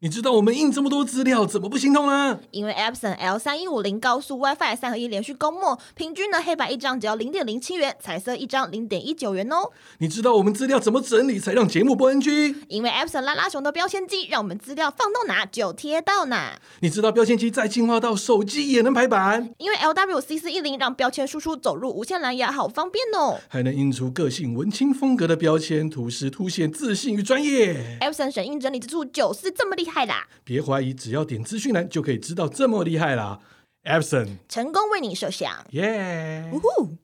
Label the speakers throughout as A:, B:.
A: 你知道我们印这么多资料，怎么不心痛呢？
B: 因为 Epson L 三一五零高速 WiFi 三合一连续供墨，平均呢黑白一张只要零点零七元，彩色一张零点一九元哦。
A: 你知道我们资料怎么整理才让节目不 NG？
B: 因为 Epson 拉拉熊的标签机，让我们资料放到哪就贴到哪。
A: 你知道标签机再进化到手机也能排版，
B: 因为 LWC 四一零让标签输出走入无线蓝牙好方便哦。
A: 还能印出个性文青风格的标签图示，凸显自信与专业。
B: Epson 神印整理之处就是这么厉害啦，
A: 别怀疑，只要点资讯栏就可以知道这么厉害啦。Epson，
B: 成功为你设想。
A: 耶、
B: 呜呼！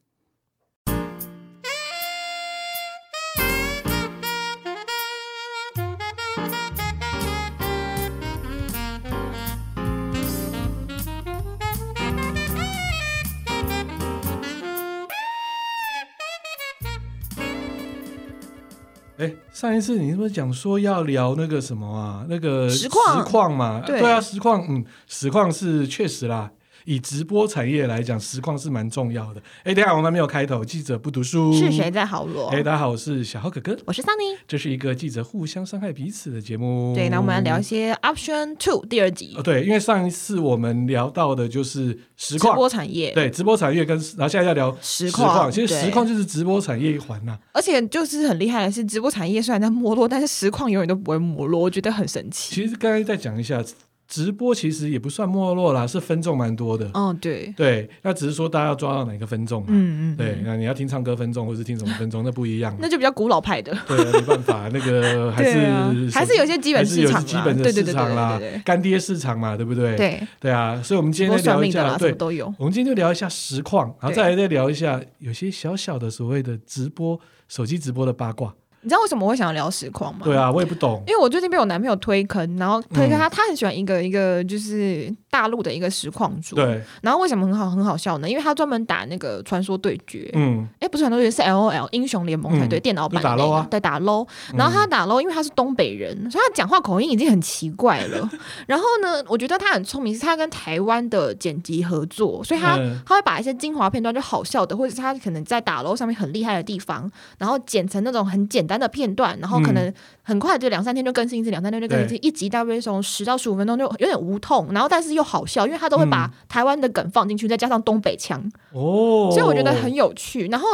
A: 哎、上一次你是不是讲说要聊那个什么啊？那个
B: 实况
A: 实况嘛？
B: 对
A: 啊，实况，嗯，实况是确实啦。以直播产业来讲，实况是蛮重要的。哎、等一下我们没有开头，记者不读书
B: 是谁？啊在好罗
A: 哎、？大家好，我是小浩哥哥。
B: 我是桑尼。
A: 这是一个记者互相伤害彼此的节目。
B: 对，那我们来聊一些 Option Two 第二集
A: 哦，对，因为上一次我们聊到的就是实
B: 直
A: 况，
B: 播产业。
A: 对，直播产业跟，然后现在要聊
B: 实
A: 况，
B: 况
A: 其实
B: 对
A: 实况就是直播产业一环呐、
C: 而且就是很厉害的是，直播产业虽然在没落，但是实况永远都不会没落，我觉得很神奇。
A: 其实刚才再讲一下，直播其实也不算没落啦，是分众蛮多的。
C: 嗯，对，
A: 对，那只是说大家要抓到哪个分众嘛。
C: 嗯嗯，
A: 对，那你要听唱歌分众，或是听什么分众，那不一样嘛。
C: 那就比较古老派的。
A: 对啊，没办法，那 个还是
C: 对啊
A: 手机
C: 还是有些基本
A: 还是有
C: 市场
A: 基
C: 啦
A: 本的
C: 对对
A: 市
C: 对
A: 场
C: 对
A: 啦
C: 对对对，
A: 干爹市场嘛，对不对？
C: 对，
A: 对啊，所以我们今天
C: 多
A: 来
C: 算
A: 聊一
C: 命的
A: 下，
C: 啦，什
A: 对
C: 么，都有。
A: 我们今天就聊一下实况，然后
C: 对
A: 再来再聊一下有些小小的所谓的直播、手机直播的八卦。
C: 你知道为什么我会想要聊实况吗？
A: 对，啊，我也嗯不 懂。
C: 因为我最近被我男朋友推坑，然后推坑他，他很喜欢一个一个就是大陆的一个实况主。，
A: 对，
C: 然后为什么很好很好笑呢？因为他专门打那个传说对决，
A: 嗯，
C: 哎，不是传说对决，是 L O L 英雄联盟才对，
A: 嗯
C: 电脑版的
A: 就打
C: 那
A: LOL
C: 个
A: 啊嗯
C: 对，打 low。然后他打 low，因为他是东北人，所以他讲话口音已经很奇怪了。然后呢，我觉得他很聪明，是他跟台湾的剪辑合作，所以他、
A: 嗯
C: 他会把一些精华片段就好笑的，或者是他可能在打 low 上面很厉害的地方，然后剪成那种很简单的片段，
A: 嗯
C: 然后可能很快就两三天就更新一次，两三天就更新一次，一集大约从十到十五分钟就有点无痛，然后但是又好笑，因为他都会把
A: 嗯
C: 台湾的梗放进去，再加上东北腔，
A: 哦，
C: 所以我觉得很有趣。然后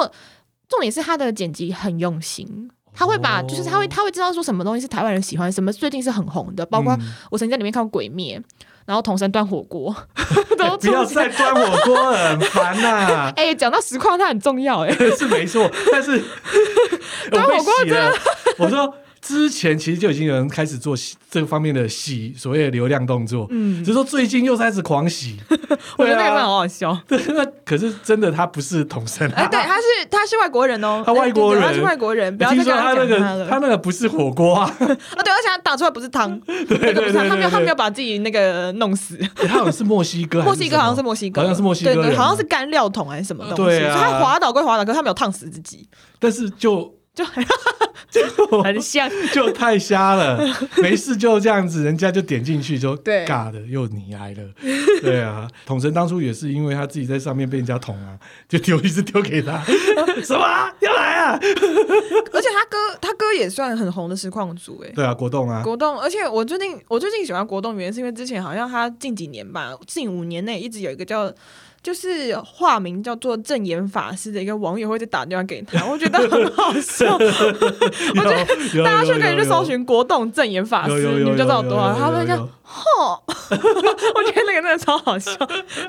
C: 重点是他的剪辑很用心，他会把、
A: 哦
C: 就是他会他会知道说什么东西是台湾人喜欢，什么最近是很红的，包括
A: 嗯
C: 我曾经在里面看过《鬼灭》，然后《同神端火锅》 都
A: 不要
C: 出
A: 再
C: 现
A: 端火锅了，很烦呐、
C: 哎，讲、到实况它很 重要哎、
A: 是没错，但 是
C: 端
A: 我被
C: 火锅
A: 洗了。我说之前其实就已经有人开始做洗这方面的洗所谓的流量动作，
C: 嗯
A: 只是说最近又开始狂 洗。
C: 我觉
A: 对
C: 得那个真的
A: 啊，
C: 好 好笑。
A: 对，那可是真的他不是统神
C: 哎、
A: 啊。
C: 对，他是他是外国人哦，
A: 他外国人
C: 对对对他是外国人，不要
A: 听
C: 再
A: 说他
C: 跟他
A: 那
C: 讲
A: 个
C: 他了。
A: 他那个不是火锅 啊，
C: 啊，对，而且他打出来不是汤，那 个不
A: 对对
C: 是汤，他没
A: 对对
C: 有他没有把自己那个弄死。
A: 他好像是墨西哥还什么，
C: 墨西哥好像是墨西哥，
A: 好像是墨西哥
C: 对
A: 人啊
C: 对，好像是干料桶还是什么东西，
A: 对啊
C: 所以他滑倒归滑倒，可是他没有烫死自己，
A: 但是就
C: 就 很
A: 就
C: 很像。
A: 就太瞎了，没事就这样子，人家就点进去就
C: 对
A: 尬的，又你来了，对啊，统神当初也是因为他自己在上面被人家捅啊，就丢一直丢给 他，什么啊要来啊？
C: 而且他哥他哥也算很红的实况组哎、
A: 对啊，国栋啊，
C: 国栋，而且我最近我最近喜欢国栋，原因是因为之前好像他近几年吧，近五年内一直有一个叫就是化名叫做正言法师的一个网友会一直打电话给他，我觉得很好 笑。
A: 有
C: 我觉
A: 有
C: 大家
A: 有
C: 去可以
A: 有
C: 去搜寻国栋正言法
A: 有
C: 师，
A: 有有
C: 你们就知道有多
A: 有有
C: 好。
A: 有
C: 他们
A: 有
C: 叫
A: 有
C: 吼，我觉得那个真的超好笑，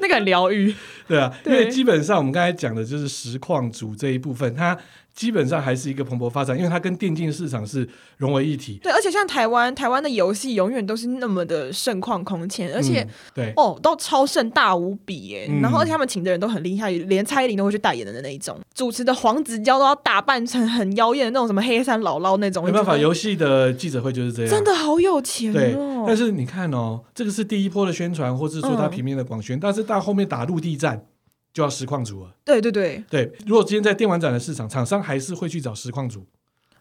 C: 那个很疗愈。
A: 对啊，因
C: 对
A: 为基本上我们刚才讲的就是实况组这一部分，它基本上还是一个蓬勃发展，因为它跟电竞市场是融为一体。
C: 对，而且像台湾，台湾的游戏永远都是那么的盛况空前，而且、
A: 嗯对，
C: 哦，都超盛大无比耶。
A: 嗯
C: 然后而且他们请的人都很厉害，连蔡依林都会去代言的那一种。主持的黄子佼都要打扮成很妖艳的那种什么黑山姥姥那种，
A: 没办法，
C: 我就觉
A: 游戏的记者会就是这
C: 得
A: 样，
C: 真的好有钱
A: 对，但
C: 哦。
A: 是你看哦，这个是第一波的宣传，或是说它
C: 嗯
A: 平面的广宣，但是到后面打陆地战就要实况组了。
C: 对对对，
A: 对，如果今天在电玩展的市场，厂商还是会去找实况组，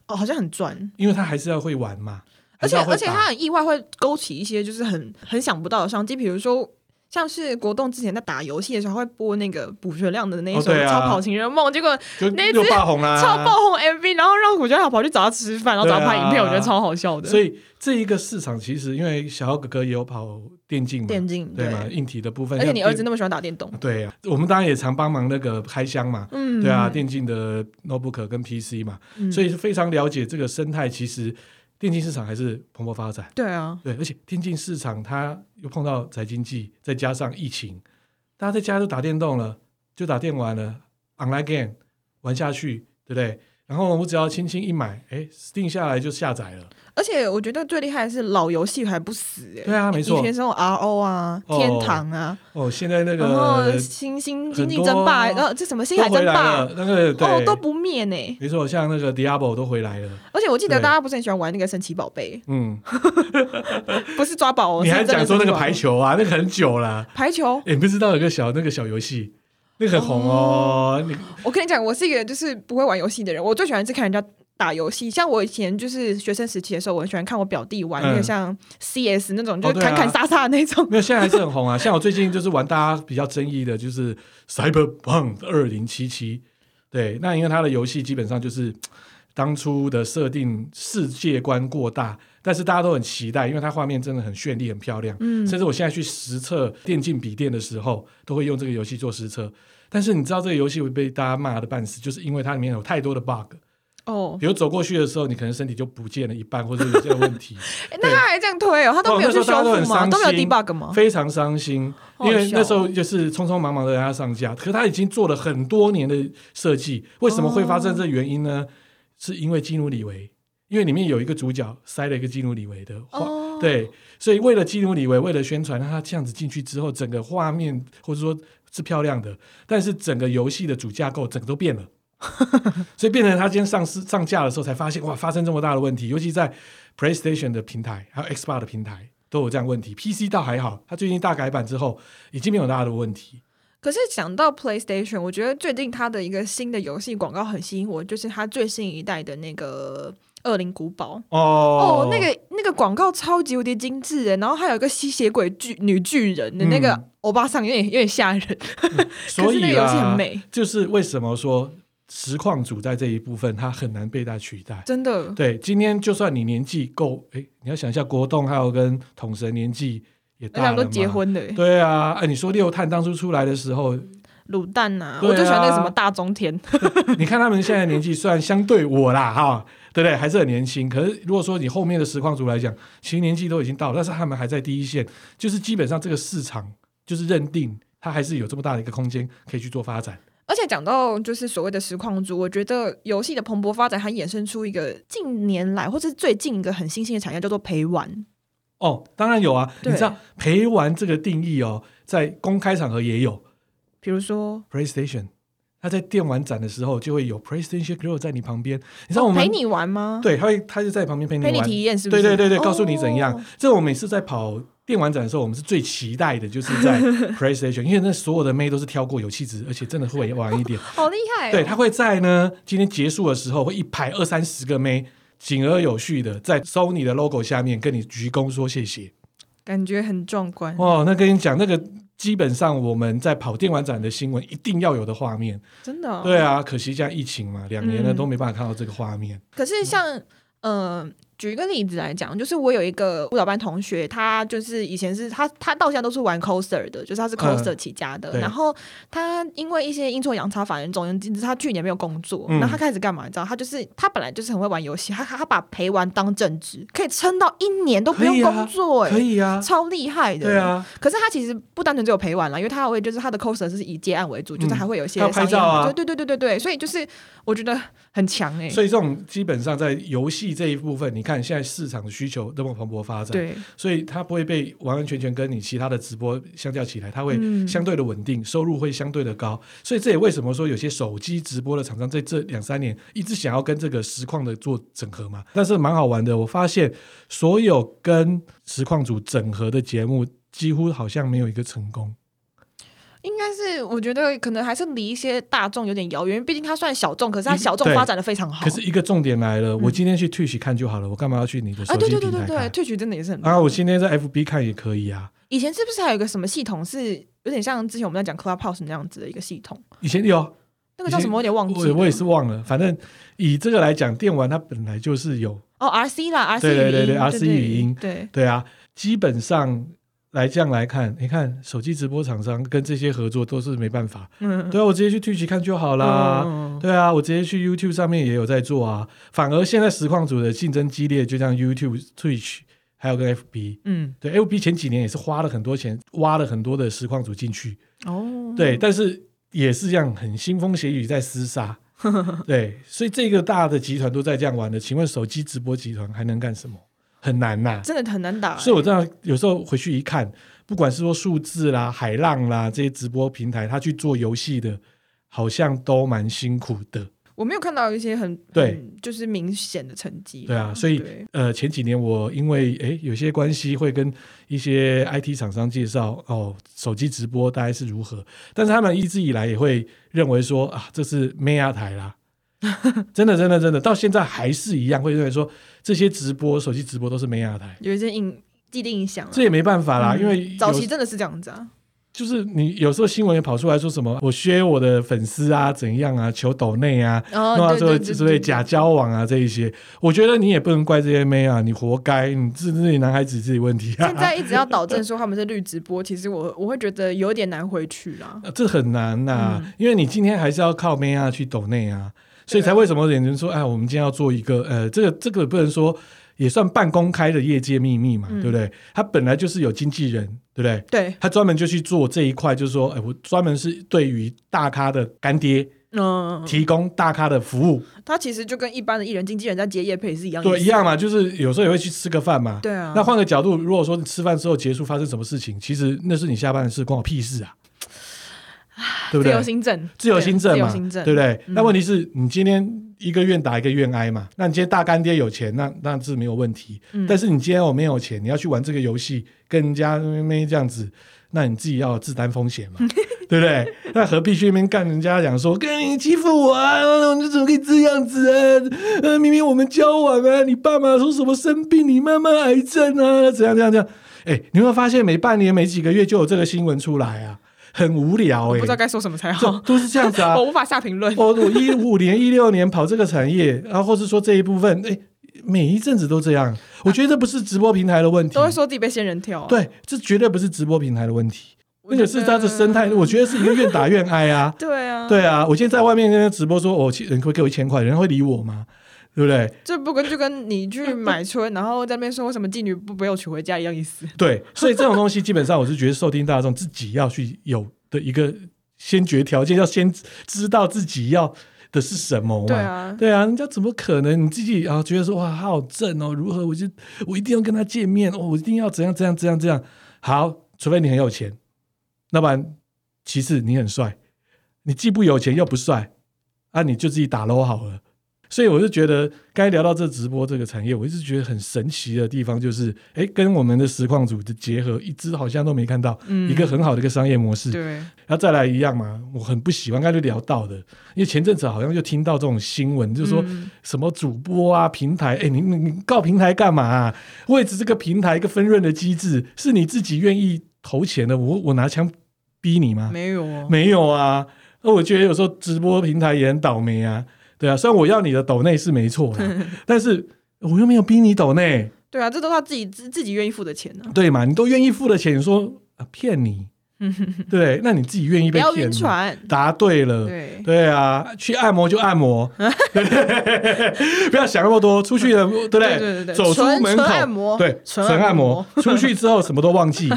C: 哦，好像很赚。
A: 因为他还是要会玩嘛，
C: 而且
A: 还是要会
C: 而且
A: 打
C: 他很意外会勾起一些就是很很想不到的商机，比如说像是国栋之前在打游戏的时候会播那个卜学亮的那一
A: 哦
C: 首
A: 对
C: 《
A: 啊
C: 超跑情人梦》，结果
A: 就
C: 那一
A: 又
C: 只
A: 爆红啦，
C: 超爆红 MV，然后让虎学亮跑去找他吃饭，然后找他拍影
A: 啊
C: 片，
A: 对啊
C: 我觉得超好笑的。
A: 所
C: 以
A: 以这一个市场其实因为小姚哥哥也有跑电竞嘛，
C: 电竞
A: 对
C: 对，
A: 嘛，硬体的部分，
C: 而且你
A: 像
C: 儿子那么喜欢打电动，
A: 对呀、我们当然也常帮忙那个开箱嘛，
C: 嗯，
A: 对啊，电竞的 notebook 跟 PC 嘛，
C: 嗯
A: 所以是非常了解这个生态。其实电竞市场还是蓬勃发展，
C: 对啊，
A: 对，而且电竞市场它又碰到宅经济，再加上疫情，大家在家都打电动了，就打电玩了，online game 玩下去，对不对？然后我只要轻轻一买，哎，Steam 下来就下载了，
C: 而且我觉得最厉害的是老游戏还不死、欸，
A: 对啊，没
C: 以
A: 错
C: 前。是那种 RO 啊、
A: 哦
C: 天堂啊，
A: 哦，现在那
C: 然后
A: 个
C: 星
A: 很
C: 星星际争霸，
A: 多啊
C: 呃，这什么星海
A: 都回
C: 争
A: 来
C: 霸，
A: 了，那个对，
C: 哦，都不灭呢、
A: 没错，像那个 Diablo 都回来了，
C: 而且我记得
A: 对
C: 大家不是很喜欢玩那个神奇宝贝，
A: 嗯。
C: 不是抓宝哦，
A: 你还
C: 是真的
A: 讲说那个排
C: 神奇
A: 球啊，那个很久啦
C: 宝，贝排球？
A: 诶你不知道有个小那个小游戏，那个很红哦。 你
C: 我跟你讲，我是一个就是不会玩游戏的人，我最喜欢是看人家。打游戏，像我以前就是学生时期的时候，我很喜欢看我表弟玩那个
A: 嗯
C: 像 CS 那种，
A: 哦
C: 就是
A: 对啊
C: 砍砍杀杀的那种。
A: 没有，现在还是很红啊。像我最近就是玩大家比较争议的，就是 Cyberpunk 二零七七。对，那因为它的游戏基本上就是嘖当初的设定世界观过大，但是大家都很期待，因为它画面真的很绚丽、很漂亮。
C: 嗯
A: 甚至我现在去实测电竞笔电的时候，都会用这个游戏做实测。但是你知道这个游戏会被大家骂的半死，就是因为它里面有太多的 bug。
C: 哦，
A: 比如走过去的时候，你可能身体就不见了一半，或者有这个问题，
C: 诶那他还这样推哦，他都
A: 哦
C: 没有
A: 那时
C: 去
A: 候大
C: 修
A: 家都
C: 复
A: 很
C: 吗？
A: 伤
C: 都没有
A: 心
C: debug 吗？
A: 非常伤心。因为那时
C: 好
A: 候就是匆匆忙忙的让它上架，可是它已经做了很多年的设计，为什么会发生这原因呢？是因为基努里维，因为里面有一个主角塞了一个基努里维的画，
C: 哦
A: 对，所以为了基努里维，为了宣传，让他这样子进去之后，整个画面或者说是漂亮的，但是整个游戏的主架构整个都变了。所以变成他今天上市上架的时候，才发现哇，发生这么大的问题，尤其在 PlayStation 的平台还有 Xbox 的平台都有这样问题。PC 倒还好，它最近大改版之后已经没有大的问题。
C: 可是讲到 PlayStation，我觉得最近它的一个新的游戏广告很吸引我，就是它最新一代的那个《恶灵古堡》。
A: 哦
C: 哦，那个那个广告超级无敌精致耶，然后还有一个吸血鬼巨女巨人的那个
A: 嗯
C: 欧巴桑，有点有点吓人。
A: 所以
C: 可是那个游戏
A: 啦
C: 很美，
A: 就是为什么说实况组在这一部分它很难被它取代。
C: 真的，
A: 对，今天就算你年纪够，哎，你要想一下，国栋还有跟统神年纪也
C: 而且
A: 大
C: 他
A: 了
C: 们
A: 嘛
C: 都结。婚欸了耶，
A: 对啊，哎，你说六探当初出来的时候，
C: 卤蛋呐、
A: 对啊
C: 我就喜欢那个什么大中天，
A: 你看他们现在年纪，虽然相对我啦，哈，对不对？还是很年轻。可是如果说你后面的实况组来讲，其实年纪都已经到了，但是他们还在第一线，就是基本上这个市场就是认定它还是有这么大的一个空间可以去做发展。
C: 而且讲到就是所谓的实况组，我觉得游戏的蓬勃发展，它衍生出一个近年来或是最近一个很新兴的产业，叫做陪玩。
A: 哦，当然有啊，你
C: 对
A: 知道陪玩这个定义哦，在公开场合也有
C: 比如说，
A: PlayStation，它在电玩展的时候就会有 PlayStation Girl 在你旁边，你知道我们、
C: 哦陪你玩吗？
A: 对，他会他就在旁边陪你
C: 陪
A: 玩，
C: 你体验是不
A: 对对
C: 是？
A: 对对，告诉你怎样。
C: 哦
A: 这我每次在跑电玩展的时候，我们是最期待的，就是 在 PlayStation，因为那所有的妹都是挑过有气质，而且真的会玩一点。
C: 好厉害、哦！
A: 对，他会在呢，今天结束的时候会一排二三十个妹，井而有序的在 Sony 的 logo 下面跟你鞠躬说谢谢。
C: 感觉很壮观。
A: 哦，那跟你讲，那个基本上我们在跑电玩展的新闻一定要有的画面。
C: 真的、哦。
A: 对啊，可惜现在疫情嘛，两年了
C: 嗯
A: 都没办法看到这个画面。
C: 可是像呃，举一个例子来讲，就是我有一个舞蹈班同学，他就是以前是他他到现在都是玩 coser 的，就是他是 coser 起家的。
A: 嗯对
C: 然后他因为一些阴错阳差，反正总而言之，他去年没有工作，
A: 嗯
C: 然后他开始干嘛？你知道，他就是他本来就是很会玩游戏，他他把陪玩当正职，可以撑到一年都不用
A: 可以啊
C: 工作、欸，
A: 可以啊，
C: 超厉害的。
A: 对。啊，
C: 可是他其实不单纯只有陪玩了，因为他还会就是他的 coser 是以接案为主，就是还会有一
A: 嗯
C: 些
A: 还有拍照啊
C: 商业合作对对对对对，所以就是我觉得很强哎、
A: 所以这种基本上在游戏这一部分，你看现在市场的需求那么蓬勃发展，
C: 对，
A: 所以它不会被完完全全跟你其他的直播相较起来，它会
C: 嗯
A: 相对的稳定，收入会相对的高。所以这也为什么说有些手机直播的厂商在这两三年一直想要跟这个实况的做整合嘛。但是蛮好玩的，我发现所有跟实况组整合的节目，几乎好像没有一个成功。
C: 应该是我觉得可能还是离一些大众有点遥远，毕竟它算小众，可是它
A: 嗯
C: 小众
A: 对
C: 发展的非常好。
A: 可是一个重点来了，我今天去 Twitch 看就好了，我干嘛要去你的手
C: 啊，对
A: 机
C: 对
A: 平
C: 对
A: 台
C: 对
A: 看
C: 对，？退取真的也是很
A: 啊，我今天在 FB 看也可以啊。
C: 以前是不是还有一个什么系统是有点像之前我们在讲 Clubhouse 那样子的一个系统？
A: 以前有，
C: 那个叫什么？我有点忘记
A: 我
C: 了。
A: 我也是忘了，反正以这个来讲，电玩它本来就是有，
C: 哦，RC 啦，RC
A: 对对对
C: 语
A: 对
C: 音
A: RC 语音
C: 对，
A: 对啊，基本上来这样来看，你看手机直播厂商跟这些合作都是没办法，
C: 嗯，
A: 对啊，我直接去 Twitch 看就好啦。
C: 嗯，
A: 对啊，我直接去 YouTube 上面也有在做啊。反而现在实况组的竞争激烈，就像 YouTube、Twitch 还有跟 FB。
C: 嗯，
A: 对，FB 前几年也是花了很多钱，挖了很多的实况组进去。
C: 哦，
A: 对，但是也是这样很腥风血雨在厮杀。对，所以这个大的集团都在这样玩的，请问手机直播集团还能干什么？很难呐、
C: 真的很难打欸。
A: 所以我这样有时候回去一看，不管是说数字啦、海浪啦这些直播平台，他去做游戏的，好像都蛮辛苦的。
C: 我没有看到一些很
A: 对
C: 很就是明显的成绩。
A: 对啊所以
C: 对
A: 呃，前几年我因为诶有些关系会跟一些 IT 厂商介绍哦，手机直播大概是如何，但是他们一直以来也会认为说啊，这是 Meta 台啦， 真的真的真的，到现在还是一样会认为说这些直播手机直播都是 Meta 台，
C: 有一些影既定影响啊，
A: 这也没办法啦，
C: 嗯
A: 因为
C: 早
A: 有
C: 期真的是这样子啊。
A: 就是你有时候新闻也跑出来说什么我削我的粉丝啊怎样啊，求抖内啊，
C: 哦，
A: 那
C: 对
A: 这
C: 对
A: 个
C: 对
A: 之类
C: 对
A: 假交往啊这一些，我觉得你也不能怪这些妹啊，你活该，你自自己男孩子自己问题 啊。
C: 现在一直要导正说他们是绿直播，其实我我会觉得有点难回去啦。
A: 呃这很难呐、
C: 嗯
A: 因为你今天还是要靠妹啊去抖内啊，所以才为什么有人说，哎，我们今天要做一个呃，这个这个不能说也算半公开的业界秘密嘛，
C: 嗯
A: 对不对？他本来就是有经纪人，对不对？
C: 对，
A: 他专门就去做这一块，就是说，哎，我专门是对于大咖的干爹
C: 嗯，
A: 提供大咖的服务，
C: 他其实就跟一般的艺人经纪人在接业配是一样的，
A: 对，一样嘛，就是有时候也会去吃个饭嘛，
C: 对啊。
A: 那换个角度，如果说你吃饭之后结束发生什么事情，其实那是你下班的事，关我屁事啊，对不
C: 自
A: 对
C: 由？新政，
A: 自由新政
C: 对
A: 嘛，
C: 自由新政，
A: 对不对？
C: 嗯
A: 那问题是你今天一个愿打一个愿挨嘛，那你今天大干爹有钱，那那是没有问题。
C: 嗯
A: 但是你今天我没有钱，你要去玩这个游戏，跟人家那边这样子，那你自己要自担风险 嘛，对不对？那何必去那边干人家讲说，跟你欺负我啊，你怎么可以这样子啊？呃，明明我们交往啊，你爸妈说什么生病，你妈妈癌症啊，怎样怎样怎样？哎，你有没有发现每半年、每几个月就有这个新闻出来啊？很无聊
C: 我
A: 哎、
C: 不知道该说什么才
A: 这
C: 好，
A: 都是这样子啊
C: 哦我。无法下评论。
A: 我我一五年、一六年跑这个产业，然后或是说这一部分，哎、每一阵子都这样。我觉得这不是直播平台的问题
C: 都，会说自己被仙人跳啊，
A: 对，这绝对不是直播平台的问题，
C: 我
A: 那
C: 觉得，。
A: 个是它的生态。我觉得是一个愿打愿挨啊
C: 对啊，，
A: 对啊，我现在在外面跟人直播说，我、哦、人会给我一千块，人家会理我吗？对不对？
C: 这不跟就跟你去买春，然后在那边说为什么妓女不被我娶回家一样 意思。
A: 对，所以这种东西基本上我是觉得受听大众自己要去有的一个先决条件，要先知道自己要的是什么嘛。
C: 对啊，
A: 对啊，人家怎么可能你自己啊觉得说哇他好正哦，如何我就我一定要跟他见面哦，我一定要怎样怎样怎样怎样。好，除非你很有钱，要不然其次你很帅，你既不有钱又不帅，啊你就自己打 l 好了。所以我就觉得，该聊到这直播这个产业，我一直觉得很神奇的地方就是，哎，跟我们的实况组的结合，一直好像都没看到
C: 嗯
A: 一个很好的一个商业模式。
C: 对，
A: 然后再来一样嘛，我很不喜欢，刚才就聊到的，因为前阵子好像就听到这种新闻，就是说
C: 嗯
A: 什么主播啊、平台，哎，你你你告平台干嘛、啊？为此这个平台一个分润的机制，是你自己愿意投钱的，我我拿枪逼你吗？
C: 没有哦，
A: 没有啊，那我觉得有时候直播平台也很倒霉啊，对啊，虽然我要你的抖内是没错 啦，但是我又没有逼你抖内，
C: 对啊，这都是他自己自自己愿意付的钱 啊呢。
A: 对嘛？你都愿意付了钱，你说、啊、骗你，对，那你自己愿意
C: 不
A: 被
C: 要
A: 骗
C: 晕
A: 吗？
C: 船，
A: 答对了。
C: 对，
A: 对啊，去按摩就按摩， 不要想那么多。出去了，对不对？
C: 对对对
A: 走出
C: 纯
A: 门口，
C: 纯按摩
A: 对，
C: 纯
A: 纯
C: 按
A: 按摩
C: 摩。
A: 出去之后什么都忘 记，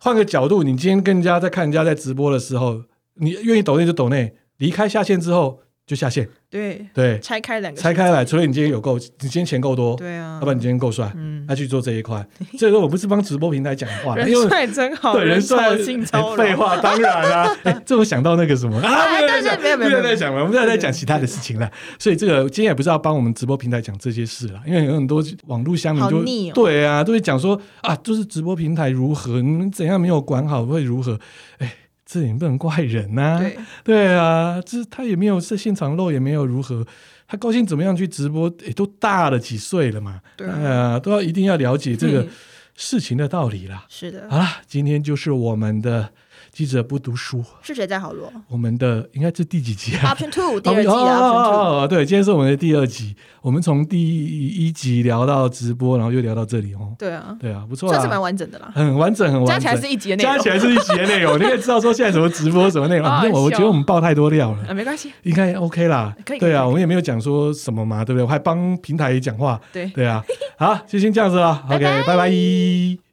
A: 换个角度，你今天跟人家在看人家在直播的时候，你愿意抖内就抖内，离开下线之后就下线，
C: 对，
A: 对，
C: 拆开两个，
A: 拆开来。除非你今天有够，你今天钱够多，
C: 对啊，
A: 要不然你今天够帅，
C: 嗯，
A: 那去做这一块。这个我不是帮直播平台讲话，因为
C: 人帅真好，
A: 对，人
C: 帅
A: 帅哎
C: 性超
A: 废话，当然 啦、哎这我想到那个什么啊，
C: 哎
A: 没有
C: 但是没有没有
A: 没有
C: 没
A: 在
C: 有
A: 讲了，我们在在讲其他的事情了。所以这个今天也不是要帮我们直播平台讲这些事啦，因为有很多网络乡民
C: 好
A: 就
C: 腻哦
A: 对啊，都会讲说啊，就是直播平台如何，你们怎样没有管好会如何，哎。这也不能怪人呐、
C: 对，
A: 对啊，这他也没有是现场露，也没有如何，他高哎兴怎么样去直播，也都大了几岁了嘛，
C: 对啊
A: 哎呀都要一定要了解这个
C: 嗯
A: 事情的道理啦。
B: 是的，
A: 好啦，今天就是我们的记者不读书，
B: 是谁在好罗
A: 我们的应该是第几集啊？
B: ？Option Two 第二季的
A: 哦哦
B: Option Two，
A: 哦哦对，今天是我们的第二集，我们从第一集聊到直播，然后又聊到这里哦。
C: 对啊，
A: 对啊，不错
C: 算是蛮
A: 啦，
C: 完整的啦，
A: 很完整，很
C: 加
A: 完
C: 起来
A: 整。
C: 是一集的内容
A: 加起来是一集的内容，你可以知道说现在什么直播什么内容。
C: 好好
A: 那我我
C: 笑
A: 觉得我们爆太多料了，
C: 啊，没关系，
A: 应该 OK 啦
C: 可以。可以
A: 对
C: 可
A: 啊，
C: 以
A: 我们也没有讲说什么 嘛，对不对？我还帮平台讲话。
C: 对。
A: 对啊，好，就先这样子了。
B: 拜
A: OK，拜拜。